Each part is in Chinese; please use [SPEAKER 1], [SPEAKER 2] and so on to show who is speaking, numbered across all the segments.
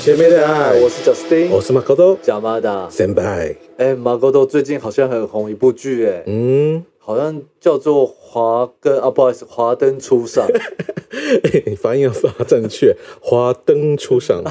[SPEAKER 1] 前面的爱，
[SPEAKER 2] 我是 Justin，
[SPEAKER 1] 哦我是马可多，
[SPEAKER 2] 假马达。
[SPEAKER 1] 先拜。
[SPEAKER 2] 哎，马哥豆最近好像很红一部剧，哎，
[SPEAKER 1] 嗯，
[SPEAKER 2] 好像叫做《华根》啊，不好意思，《华灯初 上》
[SPEAKER 1] 你发音要发正确。华灯初 上，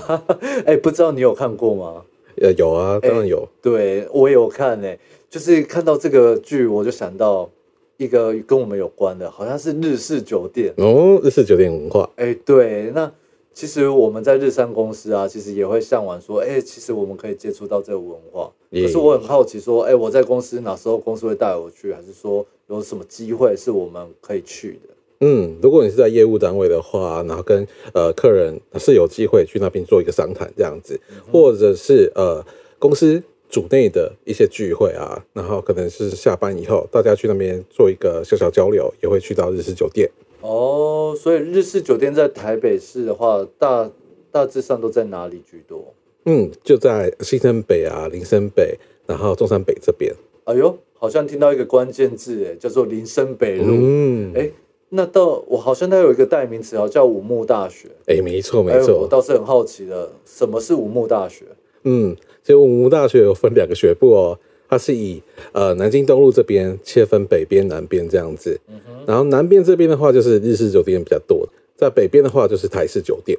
[SPEAKER 2] 哎，不知道你有看过吗？
[SPEAKER 1] 呃，有啊，当然有。
[SPEAKER 2] 对我有看诶、就是看到这个剧，我就想到一个跟我们有关的，好像是日式酒店。
[SPEAKER 1] 哦，日式酒店文化，
[SPEAKER 2] 哎、对，那其实我们在日商公司啊，其实也会向往说，哎、其实我们可以接触到这个文化。
[SPEAKER 1] 耶
[SPEAKER 2] 可是我很好奇说，哎、我在公司哪时候公司会带我去，还是说有什么机会是我们可以去的？
[SPEAKER 1] 嗯，如果你是在业务单位的话，然后跟呃客人是有机会去那边做一个商谈这样子，或者是呃公司组内的一些聚会啊，然后可能是下班以后大家去那边做一个小小交流，也会去到日式酒店。
[SPEAKER 2] 哦，所以日式酒店在台北市的话，大大致上都在哪里居多？
[SPEAKER 1] 嗯，就在新生北啊、林森北，然后中山北这边。
[SPEAKER 2] 哎呦，好像听到一个关键字，哎，叫做林森北路。
[SPEAKER 1] 嗯，
[SPEAKER 2] 哎、那到我好像它有一个代名词哦，叫武木大学。
[SPEAKER 1] 哎、没错没
[SPEAKER 2] 哎我
[SPEAKER 1] 错，
[SPEAKER 2] 倒是很好奇的，什么是武木大学？
[SPEAKER 1] 嗯，所以文物大学有分两个学部哦，它是以呃南京东路这边切分北边、南边这样子，然后南边这边的话就是日式酒店比较多，在北边的话就是台式酒店。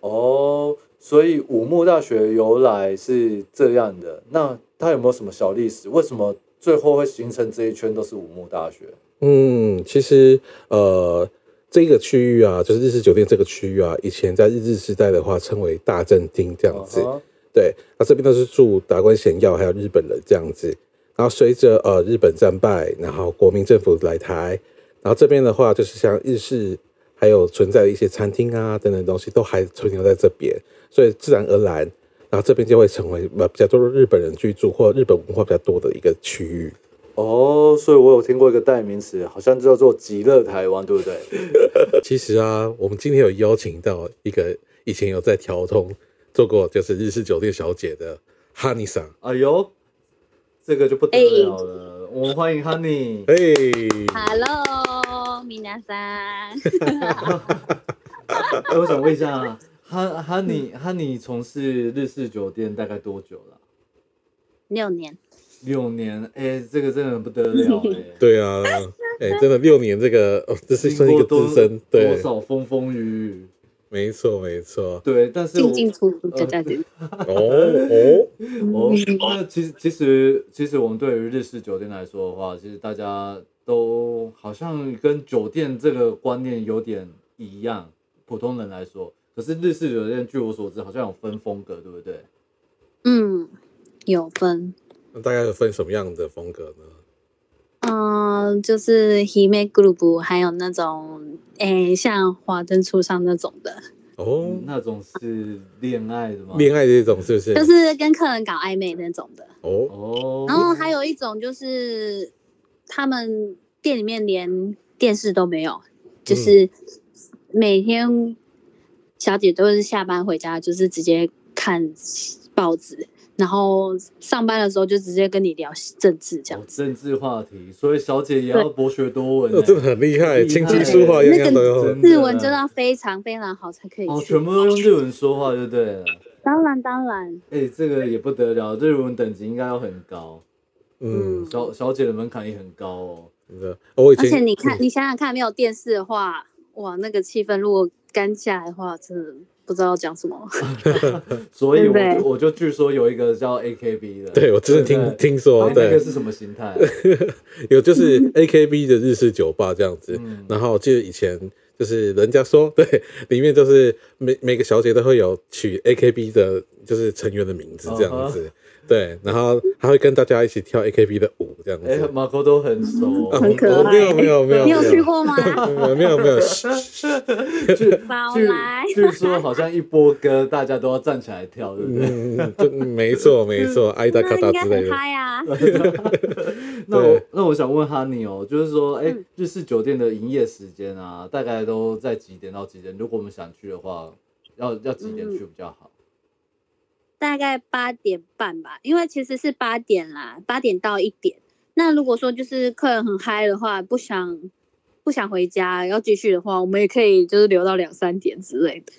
[SPEAKER 2] 哦，所以武木大学由来是这样的。那它有没有什么小历史？为什么最后会形成这一圈都是武木大学？
[SPEAKER 1] 嗯，其实呃，这个区域啊，就是日式酒店这个区域啊，以前在日治时代的话称为大正町这样子。
[SPEAKER 2] 啊哈
[SPEAKER 1] 对，那这边都是驻达官显要还有日本人这样子。然后随着呃日本战败，然后国民政府来台，然后这边的话就是像日式，还有存在的一些餐厅啊等等东西都还存留在这边，所以自然而然，然后这边就会成为呃比较多日本人居住或日本文化比较多的一个区域。
[SPEAKER 2] 哦，所以我有听过一个代名词，好像叫做“极乐台湾”，对不对？
[SPEAKER 1] 其实啊，我们今天有邀请到一个以前有在调通做过就是日式酒店小姐的哈尼桑，
[SPEAKER 2] 哎呦，这个就不得了了。我们欢迎 Honey。
[SPEAKER 1] 哎，
[SPEAKER 3] Hello，米娜桑，
[SPEAKER 2] 哎，我想问一下，哈哈尼哈尼从事日式酒店大概多久了？
[SPEAKER 3] 六年，
[SPEAKER 2] 六年，哎、这个真的很不得 了哎、
[SPEAKER 1] 对啊，哎、真的六年这个，哦、这是
[SPEAKER 2] 经
[SPEAKER 1] 算一
[SPEAKER 2] 过
[SPEAKER 1] 个
[SPEAKER 2] 多
[SPEAKER 1] 资深，
[SPEAKER 2] 多
[SPEAKER 1] 对，
[SPEAKER 2] 少风风雨雨，
[SPEAKER 1] 没错没错，
[SPEAKER 2] 对，但是我
[SPEAKER 3] 进进出出就这样子。
[SPEAKER 1] 哦哦，
[SPEAKER 3] 嗯
[SPEAKER 2] 哦，那其实其实其实我们对于日式酒店来说的话，其实大家都好像跟酒店这个观念有点一样，普通人来说。可是日式酒店，据我所知，好像有分风格，对不对？
[SPEAKER 3] 嗯，有分，
[SPEAKER 1] 那大概有分什么样的风格呢？
[SPEAKER 3] 嗯、就是 Hime Group，还有那种诶、像华灯初上那种的，
[SPEAKER 1] 哦，
[SPEAKER 2] 那种是恋爱的吗？
[SPEAKER 1] 恋爱这种是不是？
[SPEAKER 3] 就是跟客人搞暧昧那种的。
[SPEAKER 1] 哦，
[SPEAKER 2] 哦，
[SPEAKER 3] 然后还有一种就是他们店里面连电视都没有，
[SPEAKER 2] 嗯
[SPEAKER 3] 就是每天小姐都是下班回家就是直接看报纸，然后上班的时候就直接跟你聊政治这样
[SPEAKER 2] 有。哦政治话题，所以小姐也要博学多闻、欸
[SPEAKER 1] 哦真的很厉害，
[SPEAKER 2] 厉害
[SPEAKER 1] 琴棋书画样样都有
[SPEAKER 2] 哦真。的
[SPEAKER 3] 日文真的非常非常好才可以
[SPEAKER 2] 哦，
[SPEAKER 3] 去
[SPEAKER 2] 全，部都用日文说话就对了。
[SPEAKER 3] 当然当然，
[SPEAKER 2] 哎、这个也不得了，日文等级应该要很高，
[SPEAKER 1] 嗯，
[SPEAKER 2] 小小姐的门槛也很高哦。
[SPEAKER 1] 真的。哦我以
[SPEAKER 3] 而且
[SPEAKER 1] 前
[SPEAKER 3] 你看，你想想看，没有电视的话，哇，那个气氛如果干下来的话，真的不知道讲什么。
[SPEAKER 2] 所以我
[SPEAKER 3] 对不
[SPEAKER 2] 就我就据说有一个叫 AKB 的，
[SPEAKER 1] 对我真的
[SPEAKER 2] 对
[SPEAKER 1] 听
[SPEAKER 2] 不对
[SPEAKER 1] 听说，
[SPEAKER 2] 哎那
[SPEAKER 1] 对
[SPEAKER 2] 个，是什么形 态啊？
[SPEAKER 1] 有就是 A K B 的日式酒吧这样子
[SPEAKER 2] 嗯。
[SPEAKER 1] 然后我记得以前就是人家说，对，里面就是每每个小姐都会有取 A K B 的，就是成员的名字这样
[SPEAKER 2] 嗯
[SPEAKER 1] 子。对，然后还会跟大家一起跳 A K B 的舞这样
[SPEAKER 2] 哎、
[SPEAKER 1] 子。
[SPEAKER 2] 马可都很熟哦
[SPEAKER 1] 啊，
[SPEAKER 3] 很可
[SPEAKER 1] 我我没有
[SPEAKER 3] 爱
[SPEAKER 1] 没有没有，
[SPEAKER 3] 你有
[SPEAKER 1] 没
[SPEAKER 3] 去过吗？
[SPEAKER 1] 没有没有没有，嘘
[SPEAKER 2] 据
[SPEAKER 3] 包
[SPEAKER 2] 据
[SPEAKER 3] 来
[SPEAKER 2] 据说好像一播歌大家都要站起来跳，对不对？
[SPEAKER 1] 嗯，这没错没错，爱达
[SPEAKER 3] 嗯那
[SPEAKER 1] 卡达
[SPEAKER 3] 应该
[SPEAKER 1] 之类
[SPEAKER 3] 很
[SPEAKER 1] 的。
[SPEAKER 3] 嗨啊！
[SPEAKER 2] 那我
[SPEAKER 1] 嗯对
[SPEAKER 2] 那我想问哈尼哦，就是说，哎、
[SPEAKER 3] 嗯
[SPEAKER 2] 日式酒店的营业时间啊，大概都在几点到几点？如果我们想去的话，要要几
[SPEAKER 3] 嗯
[SPEAKER 2] 点去比较好？
[SPEAKER 3] 大概八点半吧，因为其实是八点啦，八点到一点。那如果说就是客人很嗨的话，不想不想回家要继续的话，我们也可以就是留到两三点之类的。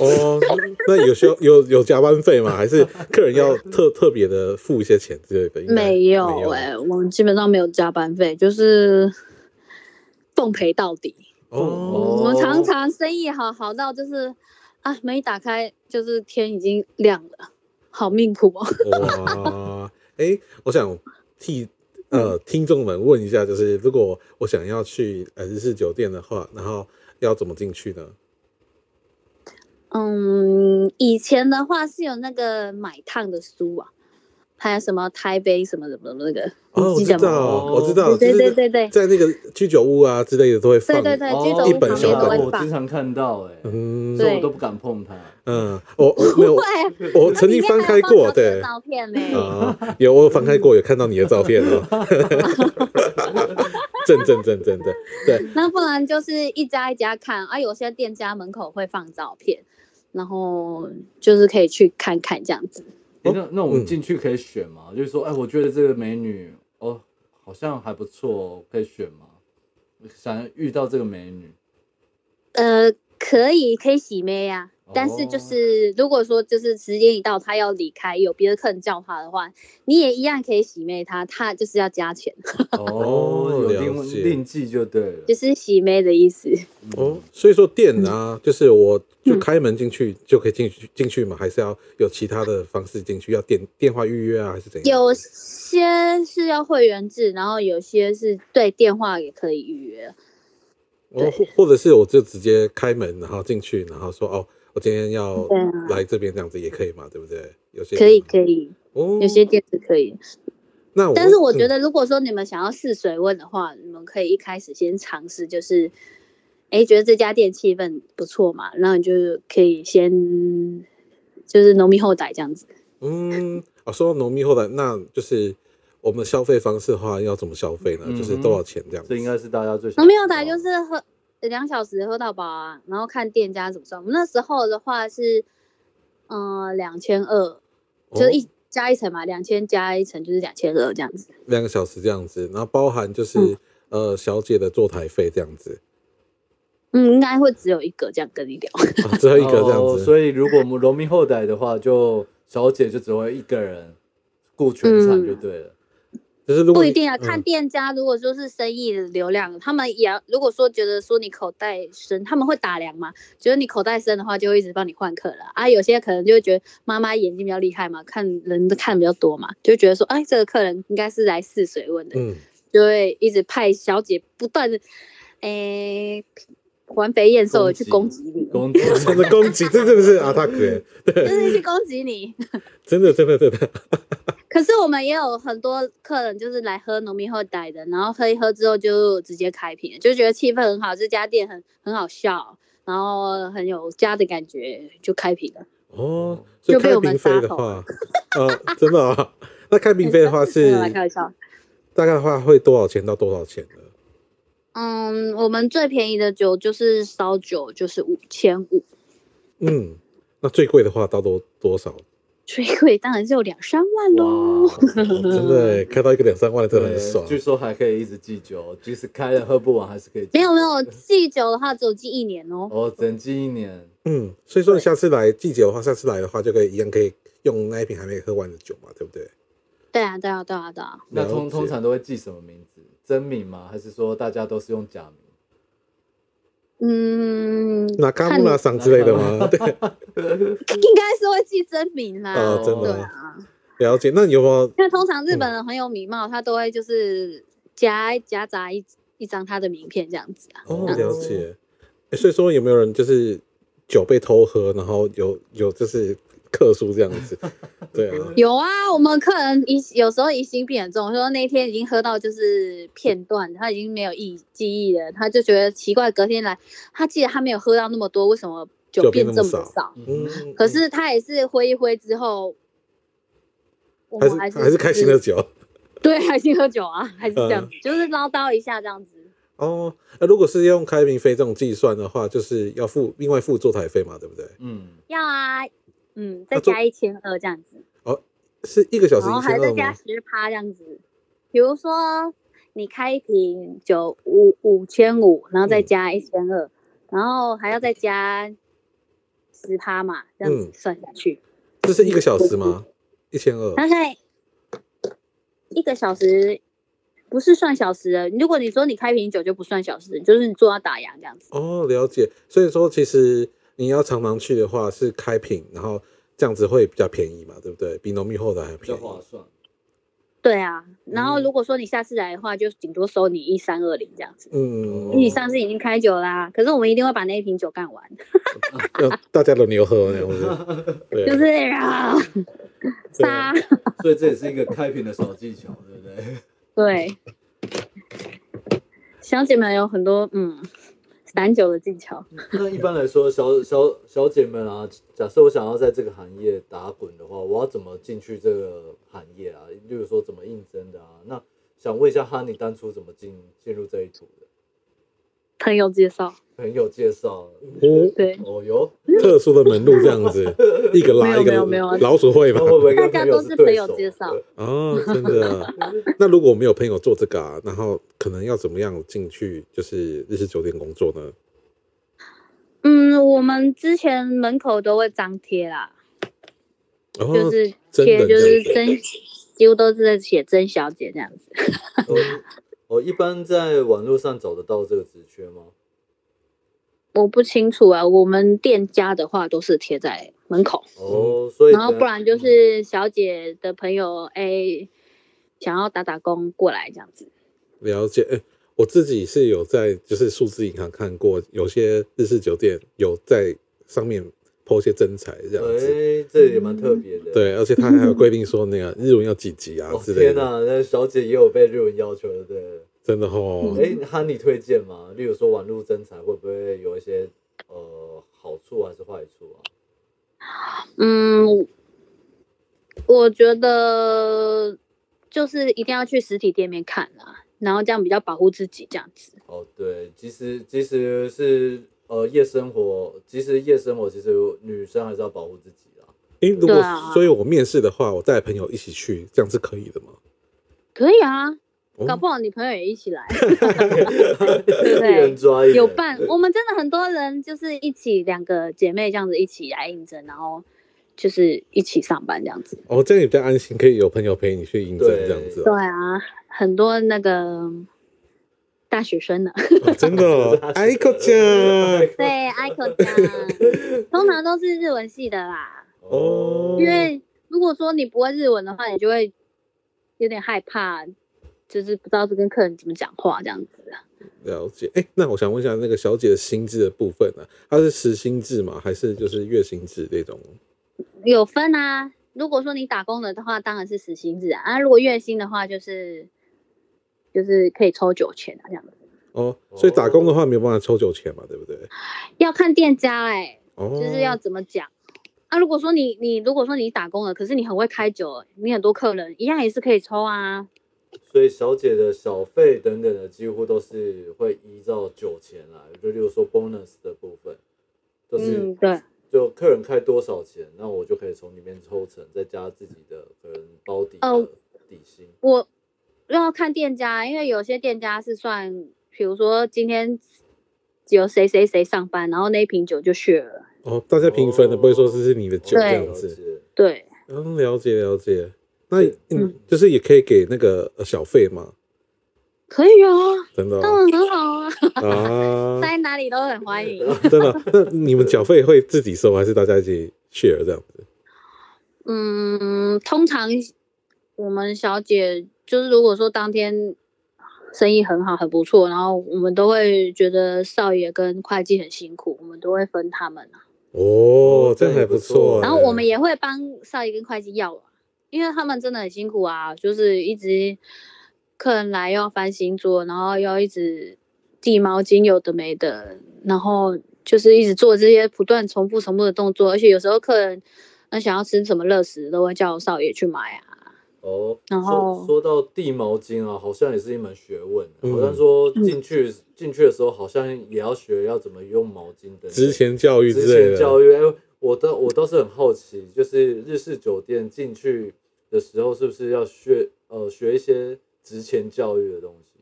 [SPEAKER 1] 哦，那有需要有有加班费吗？还是客人要特特别的付一些钱之类的？应该
[SPEAKER 3] 没
[SPEAKER 1] 嗯没
[SPEAKER 3] 有
[SPEAKER 1] 有
[SPEAKER 3] 哎、我们基本上没有加班费，就是奉陪到底。
[SPEAKER 1] 哦，
[SPEAKER 3] 我
[SPEAKER 2] 哦
[SPEAKER 3] 们常常生意好好到就是啊，门一打开就是天已经亮了，好命苦哦。
[SPEAKER 1] 哇，哎，我想替呃
[SPEAKER 3] 嗯
[SPEAKER 1] 听众们问一下，就是如果我想要去呃日式酒店的话，然后要怎么进去呢？
[SPEAKER 3] 嗯，以前的话是有那个买烫的书啊，还有什么台北什么什么那个，
[SPEAKER 1] 哦，
[SPEAKER 3] 你
[SPEAKER 1] 我
[SPEAKER 3] 记
[SPEAKER 1] 知
[SPEAKER 3] 得吗？
[SPEAKER 1] 道，我知道，
[SPEAKER 3] 对
[SPEAKER 1] 就
[SPEAKER 3] 对
[SPEAKER 1] 是
[SPEAKER 3] 对对
[SPEAKER 1] 在那个居酒屋啊之类的都会放
[SPEAKER 3] 对，对对，居
[SPEAKER 2] 哦
[SPEAKER 3] 酒
[SPEAKER 1] 一
[SPEAKER 3] 屋
[SPEAKER 1] 本
[SPEAKER 3] 旁
[SPEAKER 1] 小
[SPEAKER 3] 边都
[SPEAKER 1] 本
[SPEAKER 3] 会
[SPEAKER 2] 我经
[SPEAKER 3] 放。
[SPEAKER 2] 常看到哎、欸，
[SPEAKER 1] 嗯
[SPEAKER 2] 所以我
[SPEAKER 3] 对哦
[SPEAKER 2] 都不敢碰它。
[SPEAKER 1] 嗯，我我没有，
[SPEAKER 3] 对，
[SPEAKER 1] 我曾经翻开过，
[SPEAKER 3] 的
[SPEAKER 1] 对。
[SPEAKER 3] 照片呢、
[SPEAKER 1] 啊、 有我有翻开过，有看到你的照片哦， 正正正正正，对，
[SPEAKER 3] 那不然就是一家一家看啊，有些店家门口会放照片，然后就是可以去看看这样子。
[SPEAKER 2] 诶那那我
[SPEAKER 1] 嗯
[SPEAKER 2] 们进去可以选吗？
[SPEAKER 3] 嗯
[SPEAKER 2] 就是说，哎，我觉得这个美女哦，好像还不错哦，可以选吗？想遇到这个美女，
[SPEAKER 3] 呃，可以可以洗妹呀、但是就
[SPEAKER 2] 哦
[SPEAKER 3] 是、如果说就是时间一到，他要离开，有别的客人叫他的话，你也一样可以洗妹他，他就是要加钱，
[SPEAKER 1] 哦
[SPEAKER 2] 哦，有
[SPEAKER 1] 了
[SPEAKER 2] 另
[SPEAKER 1] 解
[SPEAKER 2] 另计就对了嗯
[SPEAKER 3] 就。是洗妹的意思。
[SPEAKER 1] 哦，所以说店啊，
[SPEAKER 3] 嗯
[SPEAKER 1] 就是我就开门进去就可以进去进去嘛，还是要有其他的方式进去，要电电话预约啊，还是怎样？
[SPEAKER 3] 有些是要会员制，然后有些是对电话也可以预约。
[SPEAKER 1] 哦，或或者是我就直接开门，然后进去，然后说哦，我今天要
[SPEAKER 3] 对啊
[SPEAKER 1] 来这边这样子也可以嘛，对不对？有些
[SPEAKER 3] 可以
[SPEAKER 1] 以，
[SPEAKER 3] 可以，
[SPEAKER 1] 哦，
[SPEAKER 3] 有些店是可以，
[SPEAKER 1] 那我
[SPEAKER 3] 但是我觉
[SPEAKER 1] 得
[SPEAKER 3] 得如果说你们想要试水温的话，你们可以一开始先尝试，就是，哎，觉得这家店气氛不错嘛，然后你就可以先就是浓密后代这样子。
[SPEAKER 1] 嗯，啊，说到浓密后来，那就是我们的消费方式的话，要怎么消费呢？
[SPEAKER 2] 嗯
[SPEAKER 1] 就是多少钱这样子？
[SPEAKER 2] 这应该是大家最想
[SPEAKER 1] 哦
[SPEAKER 3] 浓密后代
[SPEAKER 2] 知道
[SPEAKER 3] 就
[SPEAKER 2] 的
[SPEAKER 3] 是喝呃两小时喝到饱啊，然后看店家怎么算。我们那时候的话是，嗯，两千二，
[SPEAKER 1] 哦
[SPEAKER 3] 就是一、加一层嘛，两千加一层就是两千二这样子。
[SPEAKER 1] 两个小时这样子，然后包含就是、
[SPEAKER 3] 嗯
[SPEAKER 1] 呃小姐的坐台费这样 子，
[SPEAKER 3] 嗯，应该会只有一个这样跟你聊。
[SPEAKER 1] 啊、只有一个这样
[SPEAKER 2] 哦
[SPEAKER 1] 子。
[SPEAKER 2] 所以如果我们农民后代的话，就小姐就只会一个人顾全场就对了。
[SPEAKER 1] 就是如果
[SPEAKER 3] 不
[SPEAKER 1] 你
[SPEAKER 3] 一定啊，看
[SPEAKER 1] 嗯
[SPEAKER 3] 店家。如果说是生意的流量，他们也要如果说觉得说你口袋深，他们会打量嘛。觉得你口袋深的话，就会一直帮你换客了啊。有些可能就会觉得妈妈眼睛比较厉害嘛，看人的看比较多嘛，就觉得说，哎，这个客人应该是来试水温的，
[SPEAKER 1] 嗯，
[SPEAKER 3] 就会一直派小姐不断的，哎，环肥燕瘦的去攻
[SPEAKER 2] 攻
[SPEAKER 3] 击你，
[SPEAKER 2] 工作
[SPEAKER 1] 真的攻击，这真的是啊阿塔克，
[SPEAKER 3] 就是去攻击你。
[SPEAKER 1] 真的真的真的，
[SPEAKER 3] 可是我们也有很多客人就是来喝农民后代的，然后喝一喝之后就直接开瓶，就觉得气氛很好，这家店很很好笑，然后很有家的感觉，就开瓶了。
[SPEAKER 1] 哦，所以
[SPEAKER 3] 就被
[SPEAKER 1] 开
[SPEAKER 3] 我们
[SPEAKER 1] 瓶费的
[SPEAKER 3] 杀
[SPEAKER 1] 话，呃，真的啊、那开瓶费的话
[SPEAKER 3] 没
[SPEAKER 1] 是
[SPEAKER 3] 有啦开玩笑。
[SPEAKER 1] 大概的话会多少钱到多少钱呢？
[SPEAKER 3] 嗯，我们最便宜的酒就是烧酒，就是五千五，
[SPEAKER 1] 嗯，那最贵的话到多多少？
[SPEAKER 3] 最贵当然是有两三万喽。
[SPEAKER 1] 哦
[SPEAKER 2] 哇，
[SPEAKER 1] 真的耶开到一个两三万的真的很
[SPEAKER 2] 对
[SPEAKER 1] 爽，
[SPEAKER 2] 据说还可以一直记酒，即使开了喝不完还是可以。
[SPEAKER 3] 没有没有，记酒的话只有记一年哦。
[SPEAKER 2] 哦，整记一年。
[SPEAKER 1] 嗯，所以说你
[SPEAKER 3] 对
[SPEAKER 1] 下次来季节的话，下次来的话就可以一样可以用那一瓶还没喝完的酒嘛，对不对？
[SPEAKER 3] 对啊对啊对啊对啊，
[SPEAKER 2] 那
[SPEAKER 1] 了解
[SPEAKER 2] 通通常都会记什么名字？真名吗？还是说大家都是用假名？
[SPEAKER 3] 嗯，
[SPEAKER 1] 那卡木拉桑之类的吗？对，
[SPEAKER 3] 应该是会记真名啦。
[SPEAKER 1] 哦，真
[SPEAKER 3] 对
[SPEAKER 1] 的嗯
[SPEAKER 3] 啊。
[SPEAKER 1] 了解。那你有没有
[SPEAKER 3] 那通常日本人很有礼貌，他都会就是夹夹杂一一张他的名片这样子啊。
[SPEAKER 1] 哦，
[SPEAKER 2] 嗯
[SPEAKER 1] 了解。欸所以说有没有人就是酒被偷喝，然后有有就是克数这样子？对 啊，
[SPEAKER 3] 有啊，我们客人疑有时候疑心病很重，说那天已经喝到就是片段，他已经没有忆记忆了，他就觉得奇怪。隔天来，他记得他没有喝到那么多，为什么
[SPEAKER 1] 酒
[SPEAKER 3] 酒
[SPEAKER 1] 变
[SPEAKER 3] 变
[SPEAKER 1] 那
[SPEAKER 3] 这
[SPEAKER 1] 么
[SPEAKER 3] 么
[SPEAKER 1] 少
[SPEAKER 3] 少？
[SPEAKER 1] 嗯，
[SPEAKER 3] 可是他也是挥一挥之后，我
[SPEAKER 1] 还
[SPEAKER 3] 们
[SPEAKER 1] 是
[SPEAKER 3] 还是
[SPEAKER 1] 还是开心的酒
[SPEAKER 3] 对，还是喝酒啊，还是这
[SPEAKER 1] 嗯
[SPEAKER 3] 样子，就是唠叨一下这样子。
[SPEAKER 1] 哦。那如果是用开瓶费这种计算的话，就是要付另外付坐台费嘛，对不对？
[SPEAKER 2] 嗯，
[SPEAKER 3] 要啊，嗯，再
[SPEAKER 1] 那做
[SPEAKER 3] 加一千二这样子。
[SPEAKER 1] 是一个小时
[SPEAKER 3] 然后
[SPEAKER 1] 一
[SPEAKER 3] 哦还
[SPEAKER 1] 千
[SPEAKER 3] 再
[SPEAKER 1] 二
[SPEAKER 3] 加
[SPEAKER 1] 吗？
[SPEAKER 3] 十趴这样子。比如说你开一瓶酒五五千五，然后再
[SPEAKER 1] 嗯
[SPEAKER 3] 加一千二，然后还要再加十趴嘛，这样子
[SPEAKER 1] 嗯
[SPEAKER 3] 算下去，
[SPEAKER 1] 这是一个小时吗？一千 二，
[SPEAKER 3] 大概一个小时不是算小时的。如果你说你开瓶酒就不算小时，就是你做到打烊这样子。
[SPEAKER 1] 哦，了解。所以说，其实你要常常去的话，是开瓶，然后这样子会比较便宜嘛，对不对？比浓密后的还
[SPEAKER 2] 比
[SPEAKER 1] 便
[SPEAKER 2] 较
[SPEAKER 1] 宜。
[SPEAKER 2] 划算。
[SPEAKER 3] 对啊，然后
[SPEAKER 1] 嗯
[SPEAKER 3] 如果说你下次来的话，就顶多收你一三二零这样子。
[SPEAKER 1] 嗯
[SPEAKER 3] 因为你上次已经开酒啦、可是我们一定会把那一瓶酒干完，
[SPEAKER 1] 要呃大家轮流喝那样子， 对，啊
[SPEAKER 3] 就是啊，杀，
[SPEAKER 2] 所以这也是一个开瓶的小技巧， 对不对？
[SPEAKER 3] 对。小姐们有很多嗯散酒的技巧，
[SPEAKER 2] 那一般来说，小小小姐们啊，假设我想要在这个行业打滚的话，我要怎么进去这个行业啊？例如说怎么应征的啊？那想问一下哈，你当初怎么进进入这一途的？
[SPEAKER 3] 朋友介绍，
[SPEAKER 2] 朋友介绍，
[SPEAKER 1] 哦
[SPEAKER 3] 对，
[SPEAKER 2] 哦哟，
[SPEAKER 1] 特殊的门路这样 子，一个
[SPEAKER 3] 没
[SPEAKER 1] 拉
[SPEAKER 3] 有
[SPEAKER 1] 一个
[SPEAKER 3] 没有没有
[SPEAKER 1] 老鼠会
[SPEAKER 2] 那
[SPEAKER 1] 嘛。
[SPEAKER 2] 会不会跟
[SPEAKER 3] 大
[SPEAKER 2] 朋
[SPEAKER 3] 家都
[SPEAKER 2] 友
[SPEAKER 3] 是朋
[SPEAKER 2] 对
[SPEAKER 3] 友
[SPEAKER 2] 手？啊
[SPEAKER 3] 介绍
[SPEAKER 2] 对
[SPEAKER 1] 哦，真的 啊。那如果我们有朋友做这个啊，然后可能要怎么样进去就是日式酒店工作呢？
[SPEAKER 3] 嗯，我们之前门口都会张贴啦，
[SPEAKER 1] 哦，
[SPEAKER 3] 就是
[SPEAKER 1] 真
[SPEAKER 3] 贴
[SPEAKER 1] 人
[SPEAKER 3] 就
[SPEAKER 1] 这
[SPEAKER 3] 是
[SPEAKER 1] 样子
[SPEAKER 3] 真，几乎都是在写真小姐这样子。
[SPEAKER 2] 哦哦，一般在网络上找得到这个职缺吗？
[SPEAKER 3] 我不清楚啊，我们店家的话都是贴在门口，
[SPEAKER 2] 哦，所以
[SPEAKER 3] 嗯然后
[SPEAKER 2] 可能
[SPEAKER 3] 不然就是小姐的朋友哎、想要打打工过来这样子。
[SPEAKER 1] 了解。诶我自己是有在就是数字银行看过，有些日式酒店有在上面剖些真材这样子。
[SPEAKER 2] 哎，这也蛮特别的。，
[SPEAKER 1] 对，而且他还有规定说那个日文要几级啊
[SPEAKER 2] 哦
[SPEAKER 1] 之类
[SPEAKER 2] 天
[SPEAKER 1] 的，
[SPEAKER 2] 哪，那小姐也有被日文要求的，对了。
[SPEAKER 1] 真的哦。
[SPEAKER 2] 哎、哈你推荐吗？例如说网络征才会不会有一些呃好处还是坏处啊？
[SPEAKER 3] 嗯，我觉得就是一定要去实体店面看啦，然后这样比较保护自己这样子。
[SPEAKER 2] 哦，对，其实其实是呃夜生活，其实夜生活其实女生还是要保护自己啦。
[SPEAKER 1] 诶，如果
[SPEAKER 3] 对啊
[SPEAKER 1] 所以我面试的话，我带朋友一起去，这样是可以的吗？
[SPEAKER 3] 可以啊，
[SPEAKER 1] 哦
[SPEAKER 3] 搞不好你朋友也一起来。
[SPEAKER 2] 一人抓一人，
[SPEAKER 3] 有伴，我们真的很多人就是一起两个姐妹这样子一起来应征，然后就是一起上班这样子。
[SPEAKER 1] 哦，这样也比较安心，可以有朋友陪你去应征
[SPEAKER 2] 对
[SPEAKER 1] 这样子
[SPEAKER 3] 对
[SPEAKER 1] 哦、
[SPEAKER 3] 啊，很多那个大学生呢，
[SPEAKER 1] 哦真的、 哦，哎，够酱，
[SPEAKER 3] 对，Ico 酱，通常都是日文系的啦，
[SPEAKER 1] 哦
[SPEAKER 3] 因为如果说你不会日文的话，你就会有点害怕，就是不知道跟客人怎么讲话这样子。啊
[SPEAKER 1] 了解。哎，那我想问一下，那个小姐的薪资的部分呢、啊她是时薪制吗？还是就是月薪制那种？
[SPEAKER 3] 有分啊。如果说你打工的话，当然是时薪制啊；啊如果月薪的话，就是就是可以抽酒钱啊，这样子。
[SPEAKER 1] 哦，所以打工的话没有办法抽酒钱嘛，对不对？
[SPEAKER 3] 要看店家哎、
[SPEAKER 1] 哦，
[SPEAKER 3] 就是要怎么讲。啊，如果说你你如果说你打工了，可是你很会开酒，你很多客人一样也是可以抽啊。
[SPEAKER 2] 所以小姐的小费等等的几乎都是会依照酒钱来，就例如说 bonus 的部分，就是、
[SPEAKER 3] 嗯，对，
[SPEAKER 2] 就客人开多少钱，那我就可以从里面抽成，再加自己的可能包底的
[SPEAKER 3] 哦
[SPEAKER 2] 底薪。
[SPEAKER 3] 我要看店家，因为有些店家是算，比如说今天有谁谁谁上班，然后那一瓶酒就血了。
[SPEAKER 1] 哦，大家平分的，
[SPEAKER 2] 哦
[SPEAKER 1] 不会说这是你的酒这
[SPEAKER 3] 对
[SPEAKER 1] 样子。
[SPEAKER 3] 对，
[SPEAKER 1] 嗯，了解了解。那
[SPEAKER 2] 是
[SPEAKER 1] 嗯，就是也可以给那个呃小费嘛，
[SPEAKER 3] 可以啊，
[SPEAKER 1] 真的
[SPEAKER 3] 当
[SPEAKER 1] 哦、
[SPEAKER 3] 然很好啊，
[SPEAKER 1] 啊，
[SPEAKER 3] 在哪里都很欢迎。
[SPEAKER 1] 真的哦。那你们缴费会自己收，还是大家一起 share 这样子？
[SPEAKER 3] 嗯，通常我们小姐就是，如果说当天生意很好、很不错，然后我们都会觉得少爷跟会计很辛苦，我们都会分他们啊。
[SPEAKER 1] 哦
[SPEAKER 2] 哦，
[SPEAKER 1] 这样还不错。哎
[SPEAKER 2] 对
[SPEAKER 3] 然后我们也会帮少爷跟会计要啊，因为他们真的很辛苦啊，就是一直客人来又要翻新桌，然后要一直递毛巾，有的没的，然后就是一直做这些不断重复、重复的动作，而且有时候客人那想要吃什么热食，都会叫少爷去买啊。
[SPEAKER 2] 哦，
[SPEAKER 3] 然
[SPEAKER 2] 说
[SPEAKER 3] 后
[SPEAKER 2] 说到递毛巾啊，好像也是一门学问。啊
[SPEAKER 1] 嗯
[SPEAKER 2] 好像说进去进去的时候，好像也要学要怎么用毛巾等等。
[SPEAKER 1] 之前教育之
[SPEAKER 2] 之
[SPEAKER 1] 类
[SPEAKER 2] 前
[SPEAKER 1] 的，
[SPEAKER 2] 教育，哎，我倒我倒是很好奇，就是日式酒店进去的时候，是不是要学呃学一些职前教育的东西？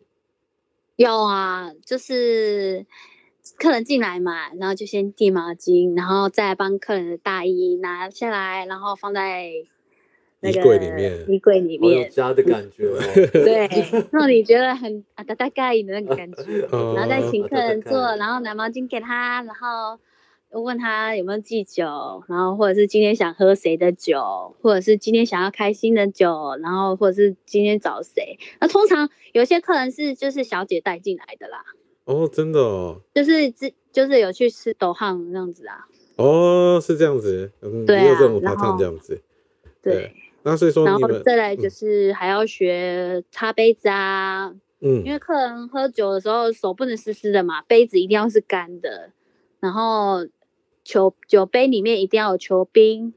[SPEAKER 3] 有啊，就是客人进来嘛，然后就先递毛巾，然后再帮客人的大衣拿下来，然后放在那个
[SPEAKER 1] 衣柜里面
[SPEAKER 3] 衣柜里
[SPEAKER 2] 好有
[SPEAKER 3] 面，
[SPEAKER 2] 家的感觉哦。
[SPEAKER 3] 对，让你觉得很啊大大概的那个感觉，
[SPEAKER 1] 哦
[SPEAKER 3] 然后再请客人
[SPEAKER 2] 啊
[SPEAKER 3] 坐，然后拿毛巾给他，然后问他有没有忌酒，然后或者是今天想喝谁的酒，或者是今天想要开心的酒，然后或者是今天找谁。那通常有些客人是就是小姐带进来的啦，
[SPEAKER 1] 哦，真的哦，
[SPEAKER 3] 就是之就是有去吃斗巷那样子啊，
[SPEAKER 1] 哦，是这样子，嗯，
[SPEAKER 3] 对啊
[SPEAKER 1] 也有这种爬
[SPEAKER 3] 然后
[SPEAKER 1] 烫这样子，
[SPEAKER 3] 对。
[SPEAKER 1] 那所以说
[SPEAKER 3] 然
[SPEAKER 1] 你
[SPEAKER 3] 后
[SPEAKER 1] 们，嗯
[SPEAKER 3] 再来就是还要学擦杯子啊，因
[SPEAKER 1] 嗯，
[SPEAKER 3] 为客人喝酒的时候手不能湿湿的嘛，杯子一定要是干的，然后酒酒杯里面一定要有球冰，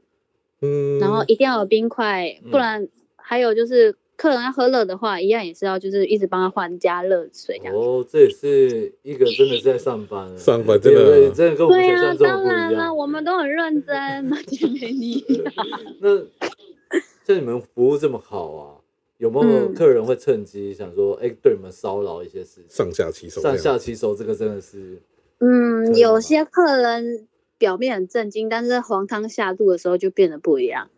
[SPEAKER 1] 嗯，
[SPEAKER 3] 然后一定要有冰块，
[SPEAKER 2] 嗯
[SPEAKER 3] 不然还有就是客人要喝热的话，一样也是要就是一直帮他换加热水这样。
[SPEAKER 2] 哦，这也是一个真的是在上班了，
[SPEAKER 1] 上班真
[SPEAKER 2] 对对，
[SPEAKER 1] 的
[SPEAKER 2] 真的跟我们
[SPEAKER 3] 对
[SPEAKER 2] 想
[SPEAKER 3] 啊，
[SPEAKER 2] 象中的
[SPEAKER 3] 当
[SPEAKER 2] 不
[SPEAKER 3] 然
[SPEAKER 2] 一
[SPEAKER 3] 啦，
[SPEAKER 2] 样。嗯
[SPEAKER 3] 我们都很认真，马吉梅 尼。
[SPEAKER 2] 那像你们服务这么好啊，有没有
[SPEAKER 3] 嗯
[SPEAKER 2] 客人会趁机想说，哎，对你们骚扰一些事情？
[SPEAKER 1] 上下其手这
[SPEAKER 2] 上
[SPEAKER 1] 样，
[SPEAKER 2] 下其手，这个真的是
[SPEAKER 3] 嗯，
[SPEAKER 2] 可以吗
[SPEAKER 3] 有些客人表面很震惊，但是黄汤下肚的时候就变得不一样，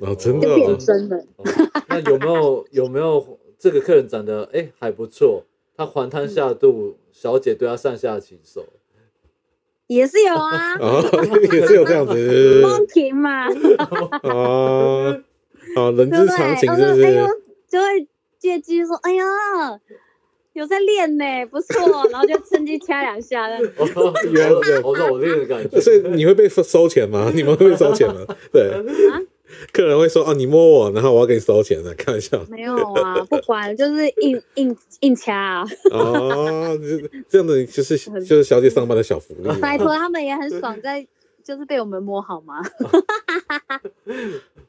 [SPEAKER 1] 哦，真的
[SPEAKER 3] 就
[SPEAKER 1] 哦，
[SPEAKER 3] 变真了。
[SPEAKER 2] 哦那有没有有没有这个客人长得哎、还不错，他还摊下肚，小姐对他上下其手，
[SPEAKER 3] 也是有啊
[SPEAKER 1] 哦， 也是有这样 子
[SPEAKER 3] 风评嘛，
[SPEAKER 1] 哦，好，人
[SPEAKER 3] 对不
[SPEAKER 1] 之
[SPEAKER 3] 对？
[SPEAKER 1] 常情
[SPEAKER 3] 他
[SPEAKER 1] 是不
[SPEAKER 3] 说：“哎呦
[SPEAKER 1] 是？”
[SPEAKER 3] 就会借机说：“哎呀，有在练呢，不错。”然后就趁机掐两下。
[SPEAKER 2] 我说
[SPEAKER 1] 原来是这样
[SPEAKER 2] 我说我练的感觉，
[SPEAKER 1] 所以你会被收钱吗？ 你们会被收钱吗？对，
[SPEAKER 2] 啊
[SPEAKER 1] 客人会说哦，你摸我，然后我要给你收钱的，开玩笑
[SPEAKER 3] 没有啊，不管就是硬硬硬掐、啊，
[SPEAKER 1] 哦，就是这样的就是就是小姐上班的小福利嘛，
[SPEAKER 3] 拜托他们也很爽，在就是被我们摸好吗？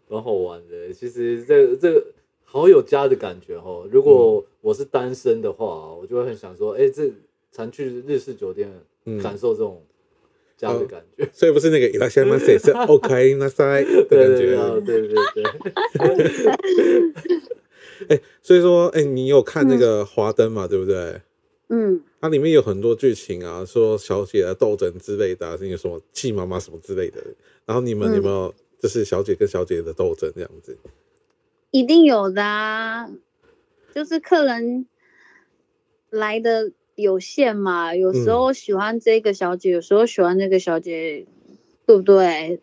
[SPEAKER 2] 蛮好玩的。其实这个这个好有家的感觉哦。如果我是单身的话，我就会很想说，哎、这常去日式酒店
[SPEAKER 1] 嗯
[SPEAKER 2] 感受这种家的感觉。
[SPEAKER 1] 所以不是那个伊拉西曼塞是 OK 那塞 的感
[SPEAKER 2] 对对对
[SPEAKER 1] 觉。
[SPEAKER 2] 啊对对对，
[SPEAKER 1] 所以说，哎，你有看那
[SPEAKER 2] 嗯
[SPEAKER 1] 个《华灯》嘛？对不对？
[SPEAKER 3] 嗯，
[SPEAKER 1] 它里面有很多剧情啊，说小姐的斗争之类的、啊，是有什么气妈妈什么之类的。然后你们
[SPEAKER 3] 嗯
[SPEAKER 1] 有没有就是小姐跟小姐的斗争这样 子？
[SPEAKER 3] 一定有的啊，就是客人来的有限嘛，有时候喜欢这个小姐，有时候喜欢那个小姐，对不对？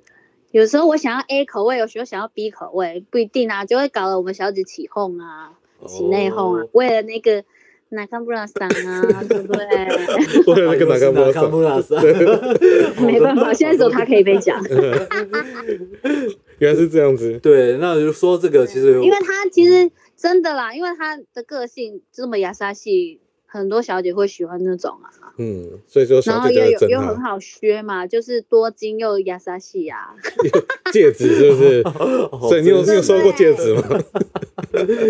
[SPEAKER 3] 有时候我想要 A 口味，有时候想要 B 口味，不一定啊，就会搞得我们小姐起哄啊，起内讧啊，
[SPEAKER 2] 哦
[SPEAKER 3] 为了那个哪看不拉桑啊，对不对？
[SPEAKER 1] 为了那个
[SPEAKER 2] 啊
[SPEAKER 1] 哪
[SPEAKER 2] 又是
[SPEAKER 1] 个
[SPEAKER 2] 拿
[SPEAKER 1] 模
[SPEAKER 2] 康
[SPEAKER 1] 仿
[SPEAKER 2] 布，拉山好的
[SPEAKER 3] 没办法，现在只有他可以被讲，
[SPEAKER 1] 原来是这样子。
[SPEAKER 2] 对，那就说这个，其实
[SPEAKER 3] 因为他其实真的啦，因为他的个性这么雅莎系，很多小姐会喜欢那种啊，
[SPEAKER 1] 嗯，所以说小
[SPEAKER 3] 然后
[SPEAKER 1] 姐就
[SPEAKER 3] 又
[SPEAKER 1] 会
[SPEAKER 3] 有
[SPEAKER 1] 整
[SPEAKER 3] 又很
[SPEAKER 1] 他
[SPEAKER 3] 好 削嘛，就是多金又雅莎系啊，
[SPEAKER 1] 戒指，是不是？
[SPEAKER 2] 哦
[SPEAKER 1] 所以你有你
[SPEAKER 2] 真
[SPEAKER 1] 有
[SPEAKER 2] 的是
[SPEAKER 1] 收过戒指吗？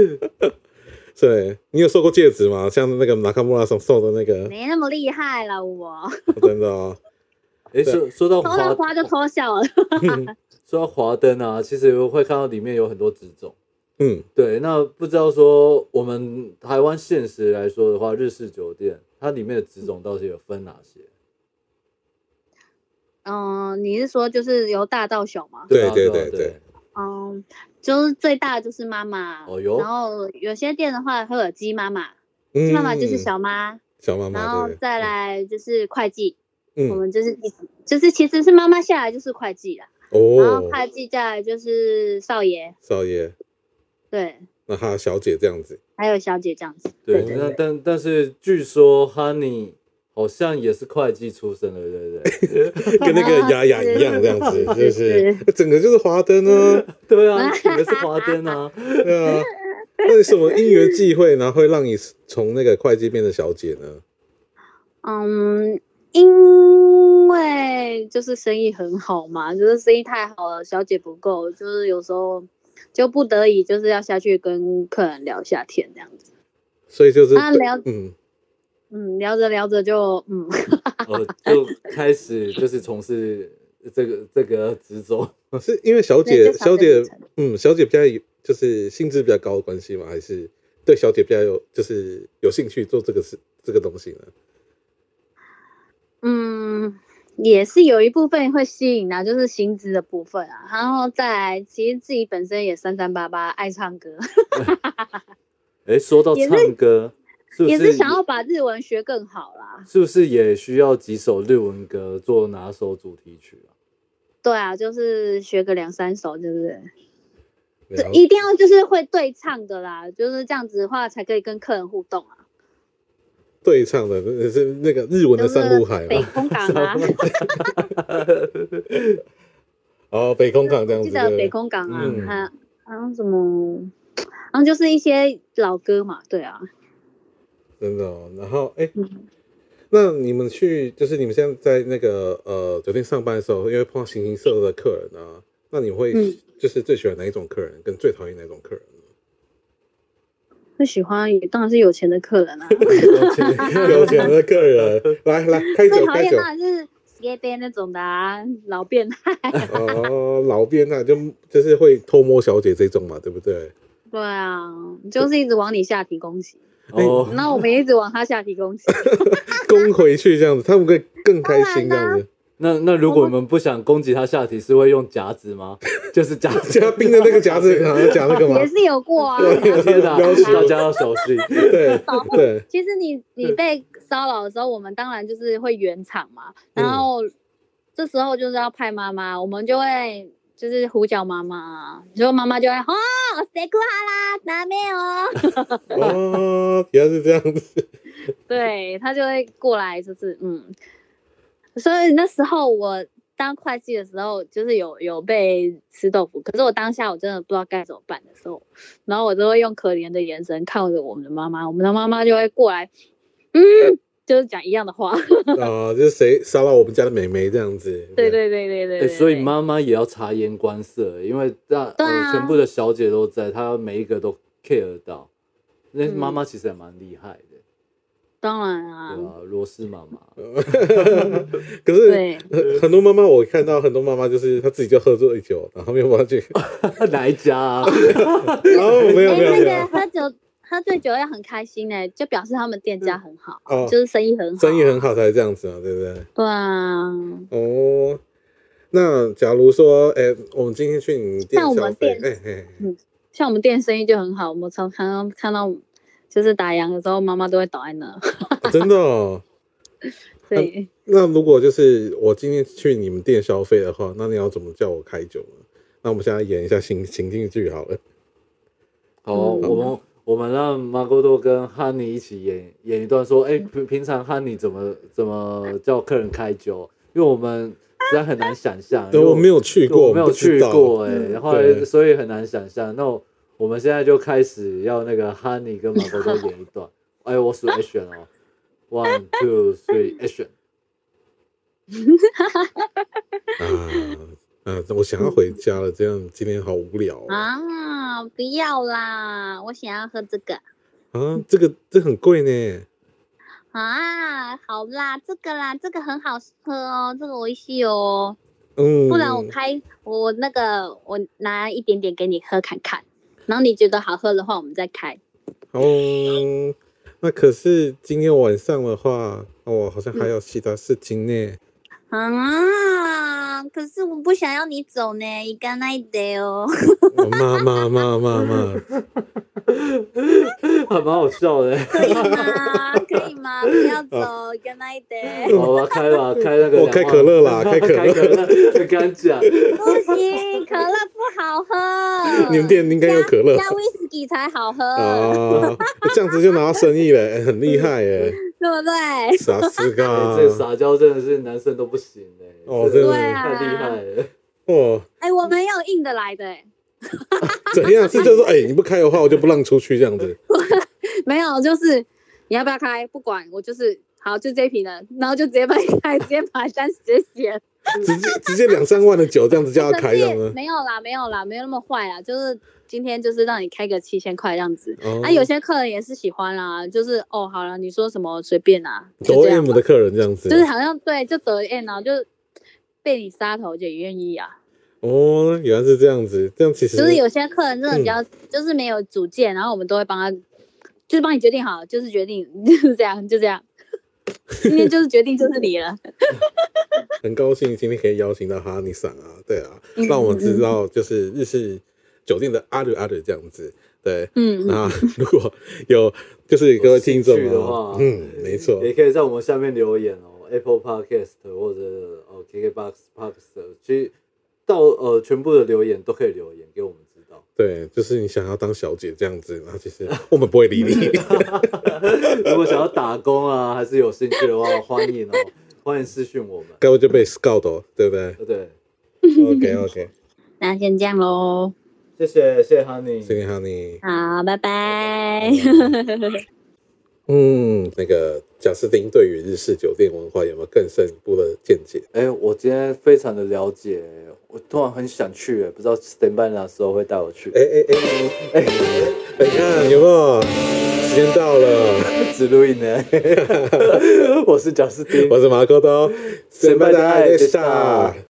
[SPEAKER 1] 对，你有收过戒指吗？像那个拿卡莫拉送送的那个，
[SPEAKER 3] 没那么厉害 啦，我
[SPEAKER 1] 真的哦，
[SPEAKER 2] 哎，说说到
[SPEAKER 3] 偷了
[SPEAKER 2] 华
[SPEAKER 3] 花就偷笑了，
[SPEAKER 2] 说到华灯啊，其实会看到里面有很多植种。
[SPEAKER 1] 嗯，
[SPEAKER 2] 对，那不知道说我们台湾现实来说的话，日式酒店它里面的植种到底有分哪些？
[SPEAKER 3] 嗯，你是说就是由大到小吗？
[SPEAKER 2] 啊
[SPEAKER 1] 对对
[SPEAKER 2] 对啊
[SPEAKER 1] 对
[SPEAKER 2] 对，
[SPEAKER 3] 嗯，就是最大的就是妈妈，
[SPEAKER 2] 哦哟
[SPEAKER 3] 然后有些店的话会有鸡妈妈，鸡
[SPEAKER 1] 嗯
[SPEAKER 3] 妈妈就是小妈，
[SPEAKER 1] 小妈妈，
[SPEAKER 3] 然后
[SPEAKER 1] 对不对
[SPEAKER 3] 再来就是会计，我
[SPEAKER 1] 嗯，
[SPEAKER 3] 们就是一直就是其实是妈妈下来就是会计啦，然后
[SPEAKER 1] 哦，
[SPEAKER 3] 会计下来就是少爷，
[SPEAKER 1] 少爷，
[SPEAKER 3] 对，
[SPEAKER 1] 那还有小姐这样子，
[SPEAKER 3] 还有小姐这样子。
[SPEAKER 2] 对，
[SPEAKER 1] 对
[SPEAKER 2] 那但但是据说 Honey 好像也是会计出身的，对不对？
[SPEAKER 1] 跟那个雅雅一样这样 子，是不是？整个就是华灯啊，
[SPEAKER 2] 对啊，你们是华灯 啊，
[SPEAKER 1] 对啊。那你什么因缘际会，然后会让你从那个会计变成小姐呢？
[SPEAKER 3] 嗯，因为就是生意很好嘛，就是生意太好了，小姐不够，就是有时候就不得已就是要下去跟客人聊一下天这样子。
[SPEAKER 1] 所以就是，
[SPEAKER 3] 啊聊
[SPEAKER 1] 嗯，
[SPEAKER 3] 嗯，聊着聊着就嗯，
[SPEAKER 2] 哦，就开始就是从事这个这个职种。
[SPEAKER 1] 哦是因为小
[SPEAKER 3] 对
[SPEAKER 1] 姐
[SPEAKER 3] 就小
[SPEAKER 1] 小
[SPEAKER 3] 姐
[SPEAKER 1] 姐
[SPEAKER 3] 组成
[SPEAKER 1] 嗯，小姐比较有，就是兴致比较高的关系吗？还是对小姐比较有，就是有兴趣做这个事这个东西呢？
[SPEAKER 3] 嗯，也是有一部分会吸引啊，就是薪资的部分啊，然后再来，其实自己本身也三三八八，爱唱歌，
[SPEAKER 2] 哎，说到唱歌，是不
[SPEAKER 3] 也
[SPEAKER 2] 是
[SPEAKER 3] 是想要把日文学更好啦。
[SPEAKER 2] 是不是也需要几首日文歌做拿手主题曲 啊？
[SPEAKER 3] 对啊，就是学个两三首，就是
[SPEAKER 1] 然
[SPEAKER 3] 这
[SPEAKER 1] 后
[SPEAKER 3] 一定要就是会对唱的啦，就是这样子的话才可以跟客人互动啊。
[SPEAKER 1] 对唱的那是那个日文的
[SPEAKER 3] 就是
[SPEAKER 1] 上路海
[SPEAKER 3] 北
[SPEAKER 1] 嘛，
[SPEAKER 3] 空港啊，
[SPEAKER 1] 哦，北空港这样
[SPEAKER 3] 记
[SPEAKER 1] 子
[SPEAKER 3] 得北
[SPEAKER 1] 的，
[SPEAKER 3] 空港啊，
[SPEAKER 1] 嗯
[SPEAKER 3] 还有还有什么，然后就是一些老歌嘛，对啊，
[SPEAKER 1] 真的哦。然后哎
[SPEAKER 3] 嗯，
[SPEAKER 1] 那你们去就是你们现在在那个呃酒店上班的时候，因为碰到形形色色的客人啊，那你会
[SPEAKER 3] 嗯
[SPEAKER 1] 就是最喜欢哪一种客人，跟最讨厌哪一种客人？
[SPEAKER 3] 最喜欢也当然是有钱的 客人啊，啊
[SPEAKER 2] 有钱
[SPEAKER 1] 有钱的客人，来来开
[SPEAKER 3] 最
[SPEAKER 1] 酒
[SPEAKER 3] 讨
[SPEAKER 1] 开
[SPEAKER 3] 厌
[SPEAKER 1] 酒
[SPEAKER 3] 当然是 s k a t e 那种的啊，老变态，
[SPEAKER 1] 哦，老变态就就是会偷摸小姐这种嘛，对不对？
[SPEAKER 3] 对啊，就是一直往你下体攻击，
[SPEAKER 2] 哦，
[SPEAKER 3] 那我们也一直往他下体攻 击，
[SPEAKER 1] 攻回去这样子，他们会更开心这 样子。
[SPEAKER 2] 那那如果我们不想攻击他下体，是会用夹子 吗？就是夹子
[SPEAKER 1] 加冰的那个夹子，然后夹那个嘛
[SPEAKER 3] 也，是有过啊。
[SPEAKER 2] 天 哪，
[SPEAKER 1] 要求
[SPEAKER 2] 大家要小心。
[SPEAKER 1] 对对，
[SPEAKER 3] 其实你你
[SPEAKER 2] 对
[SPEAKER 3] 被骚扰的时候，我们当然就是会圆场嘛，
[SPEAKER 1] 嗯
[SPEAKER 3] 然后这时候就是要派妈妈，我们就会就是呼叫妈妈，然后妈啊妈就会哦，谁哭哈啦，哪没有？
[SPEAKER 1] 哦，原来是这样子，
[SPEAKER 3] 对他就会过来，就是嗯，所以那时候我当会计的时候，就是有有被吃豆腐，可是我当下我真的不知道该怎么办的时候，然后我都会用可怜的眼神看着我们的妈妈，我们的妈妈就会过来，嗯，就是讲一样的话。
[SPEAKER 1] 啊，就是谁骚扰我们家的美眉这样子，
[SPEAKER 3] 对对对对对
[SPEAKER 2] 哎，
[SPEAKER 3] 对，
[SPEAKER 2] 所以
[SPEAKER 3] 对
[SPEAKER 2] 妈妈也要察言观色，因为大
[SPEAKER 3] 对
[SPEAKER 2] 呃
[SPEAKER 3] 啊
[SPEAKER 2] 全部的小姐都在，她每一个都 care 到。那
[SPEAKER 3] 嗯
[SPEAKER 2] 妈妈其实也蛮厉害的，
[SPEAKER 3] 当然
[SPEAKER 2] 对
[SPEAKER 3] 啊，
[SPEAKER 2] 吧？罗斯妈 妈，
[SPEAKER 1] 可是
[SPEAKER 3] 对，啊
[SPEAKER 1] 很很多妈妈，我看到很多妈妈就是她自己就喝醉酒，然后没有办法 去，
[SPEAKER 2] 哪一家啊？
[SPEAKER 1] 哦，没有
[SPEAKER 3] 哎
[SPEAKER 1] 没有没
[SPEAKER 3] 那
[SPEAKER 1] 有
[SPEAKER 3] 个，喝酒喝醉酒要很开心呢，就表示他们店家很好，
[SPEAKER 1] 哦，
[SPEAKER 3] 就是生意很好，
[SPEAKER 1] 生意很好才这样子嘛，对不对？
[SPEAKER 3] 对啊。
[SPEAKER 1] 哦，那假如说，哎、我们今天去你店
[SPEAKER 3] 像我们
[SPEAKER 1] 消费，哎
[SPEAKER 3] 店
[SPEAKER 1] 哎、嘿
[SPEAKER 3] 像我们店生意就很好，我们常常看到就是打烊的时候，妈妈都会倒在那。
[SPEAKER 1] 哦真的哦。
[SPEAKER 3] 对，
[SPEAKER 1] 那如果就是我今天去你们店消费的话，那你要怎么叫我开酒呢？那我们现在演一下情情境剧好了。
[SPEAKER 2] 好，
[SPEAKER 3] 嗯
[SPEAKER 2] 哦我们我们让马哥多跟汉尼一起演演一段，说，哎、平平常汉尼怎么怎么叫客人开酒，因为我们实在很难想象，
[SPEAKER 1] 对，我没
[SPEAKER 2] 有
[SPEAKER 1] 有去
[SPEAKER 2] 去
[SPEAKER 1] 过，
[SPEAKER 2] 哎我没有
[SPEAKER 1] 不知
[SPEAKER 2] 去
[SPEAKER 1] 道
[SPEAKER 2] 过、
[SPEAKER 3] 嗯
[SPEAKER 2] 哎，后来
[SPEAKER 1] 对
[SPEAKER 2] 所以很难想象。那我我们现在就开始要那个汉尼跟马哥多演一段， 哎、我数 action 哦，one two three action，
[SPEAKER 1] 啊。啊，我想要回家了，这样今天好无聊哦
[SPEAKER 3] 啊，不要啦，我想要喝这个
[SPEAKER 1] 啊！这个这很贵呢，
[SPEAKER 3] 啊，好啦，这个啦，这个很好喝哦，这个我吸哦。
[SPEAKER 1] 嗯，
[SPEAKER 3] 不然我开我那个我拿一点点给你喝看看，然后你觉得好喝的话，我们再开。
[SPEAKER 1] 哦，那可是今天晚上的话，哦，好像还有其他事情呢。
[SPEAKER 3] 啊，可是我不想要你走呢，一干那一得哦。
[SPEAKER 1] 我骂骂骂骂
[SPEAKER 3] 嗯
[SPEAKER 1] 骂，
[SPEAKER 2] 还蛮好 笑的、
[SPEAKER 3] 可以吗？可以吗？不要走，一干那一 得。
[SPEAKER 2] 好吧，开吧，开那个
[SPEAKER 1] 我
[SPEAKER 2] 两万，
[SPEAKER 1] 哦开可乐啦开可乐
[SPEAKER 2] 开可乐，很敢讲。
[SPEAKER 3] 不行，可乐不好喝。
[SPEAKER 1] 你们店应该有可乐
[SPEAKER 3] 加威士忌才好喝，
[SPEAKER 1] 啊！这样子就拿到生意了，哎很厉害哎，
[SPEAKER 3] 对不 对？
[SPEAKER 1] 傻子
[SPEAKER 2] 哎
[SPEAKER 1] 哥，
[SPEAKER 2] 这撒娇真的是男生都不行哎、
[SPEAKER 1] 嗯哦
[SPEAKER 2] 这
[SPEAKER 1] 真的
[SPEAKER 3] 对啊
[SPEAKER 2] 太厉害了。
[SPEAKER 1] 哦，
[SPEAKER 3] 哎，我们要硬的来的，哎
[SPEAKER 1] 怎样？是就是说，哎，你不开的话，我就不让出去这样子。
[SPEAKER 3] 没有，就是你要不要开，不管我就是。好，就这一瓶了，然后就直接把它开，直接把单直接写
[SPEAKER 1] 直接直接两三万的酒这样子叫他
[SPEAKER 3] 可
[SPEAKER 1] 开，
[SPEAKER 3] 是
[SPEAKER 1] 这样子。
[SPEAKER 3] 没有啦，没有啦，没有那么坏啦，就是今天就是让你开个七千块这样子。
[SPEAKER 1] 哦
[SPEAKER 3] 啊，有些客人也是喜欢啦，就是哦，好了，你说什么随便啦，就
[SPEAKER 1] 抖
[SPEAKER 3] 这样
[SPEAKER 1] M 的客人这样子
[SPEAKER 3] 就，是好像对，就得 N 啊，就被你杀头就也愿意啊。
[SPEAKER 1] 哦，原来是这样子，这样其实
[SPEAKER 3] 就是有些客人真的比较、就是没有 主见，然后我们都会帮他，就是帮你决定好，就是决定就是这样，就这样。今天就是决定就是你了。
[SPEAKER 1] 很高兴今天可以邀请到哈尼桑啊，对啊，
[SPEAKER 3] 嗯
[SPEAKER 1] 让我们知道就是日式酒店的阿鲁阿鲁这样子，对。
[SPEAKER 3] 嗯，嗯
[SPEAKER 1] 那如果有就是 各位听众
[SPEAKER 2] 有兴趣的
[SPEAKER 1] 啊
[SPEAKER 2] 话，
[SPEAKER 1] 嗯，没错，
[SPEAKER 2] 也可以在我们下面留言哦，Apple Podcast 或者哦 KKBox Podcast，其实到呃全部的留言都可以留言给我们知 道。
[SPEAKER 1] 对，就是你想要当小姐这样子，然后其实我们不会理你。
[SPEAKER 2] 如果想要打工啊，还是有兴趣的话，欢迎哦，欢迎私讯我们。
[SPEAKER 1] 该不会就被 scout 哦，对不对
[SPEAKER 2] 对对，
[SPEAKER 1] ？OK OK，
[SPEAKER 3] 那先这样喽。
[SPEAKER 2] 谢谢谢谢 Honey，
[SPEAKER 1] 谢谢 Honey。
[SPEAKER 3] 好，拜
[SPEAKER 2] 哎
[SPEAKER 3] 拜。
[SPEAKER 1] 嗯，那个贾斯汀对于日式酒店文化有没有更深一步的见解？
[SPEAKER 2] 哎、我今天非常的了解，我突然很想去，不知道 Stand by 哪时候会带我去。
[SPEAKER 1] 哎哎哎哎哎，你看有没有？时间到了，
[SPEAKER 2] 指路音呢？ 我是贾斯汀，
[SPEAKER 1] 我是马可刀，
[SPEAKER 2] 先拜
[SPEAKER 1] 拜
[SPEAKER 2] 拜
[SPEAKER 1] 拜，
[SPEAKER 2] で
[SPEAKER 1] で
[SPEAKER 2] し
[SPEAKER 1] したた。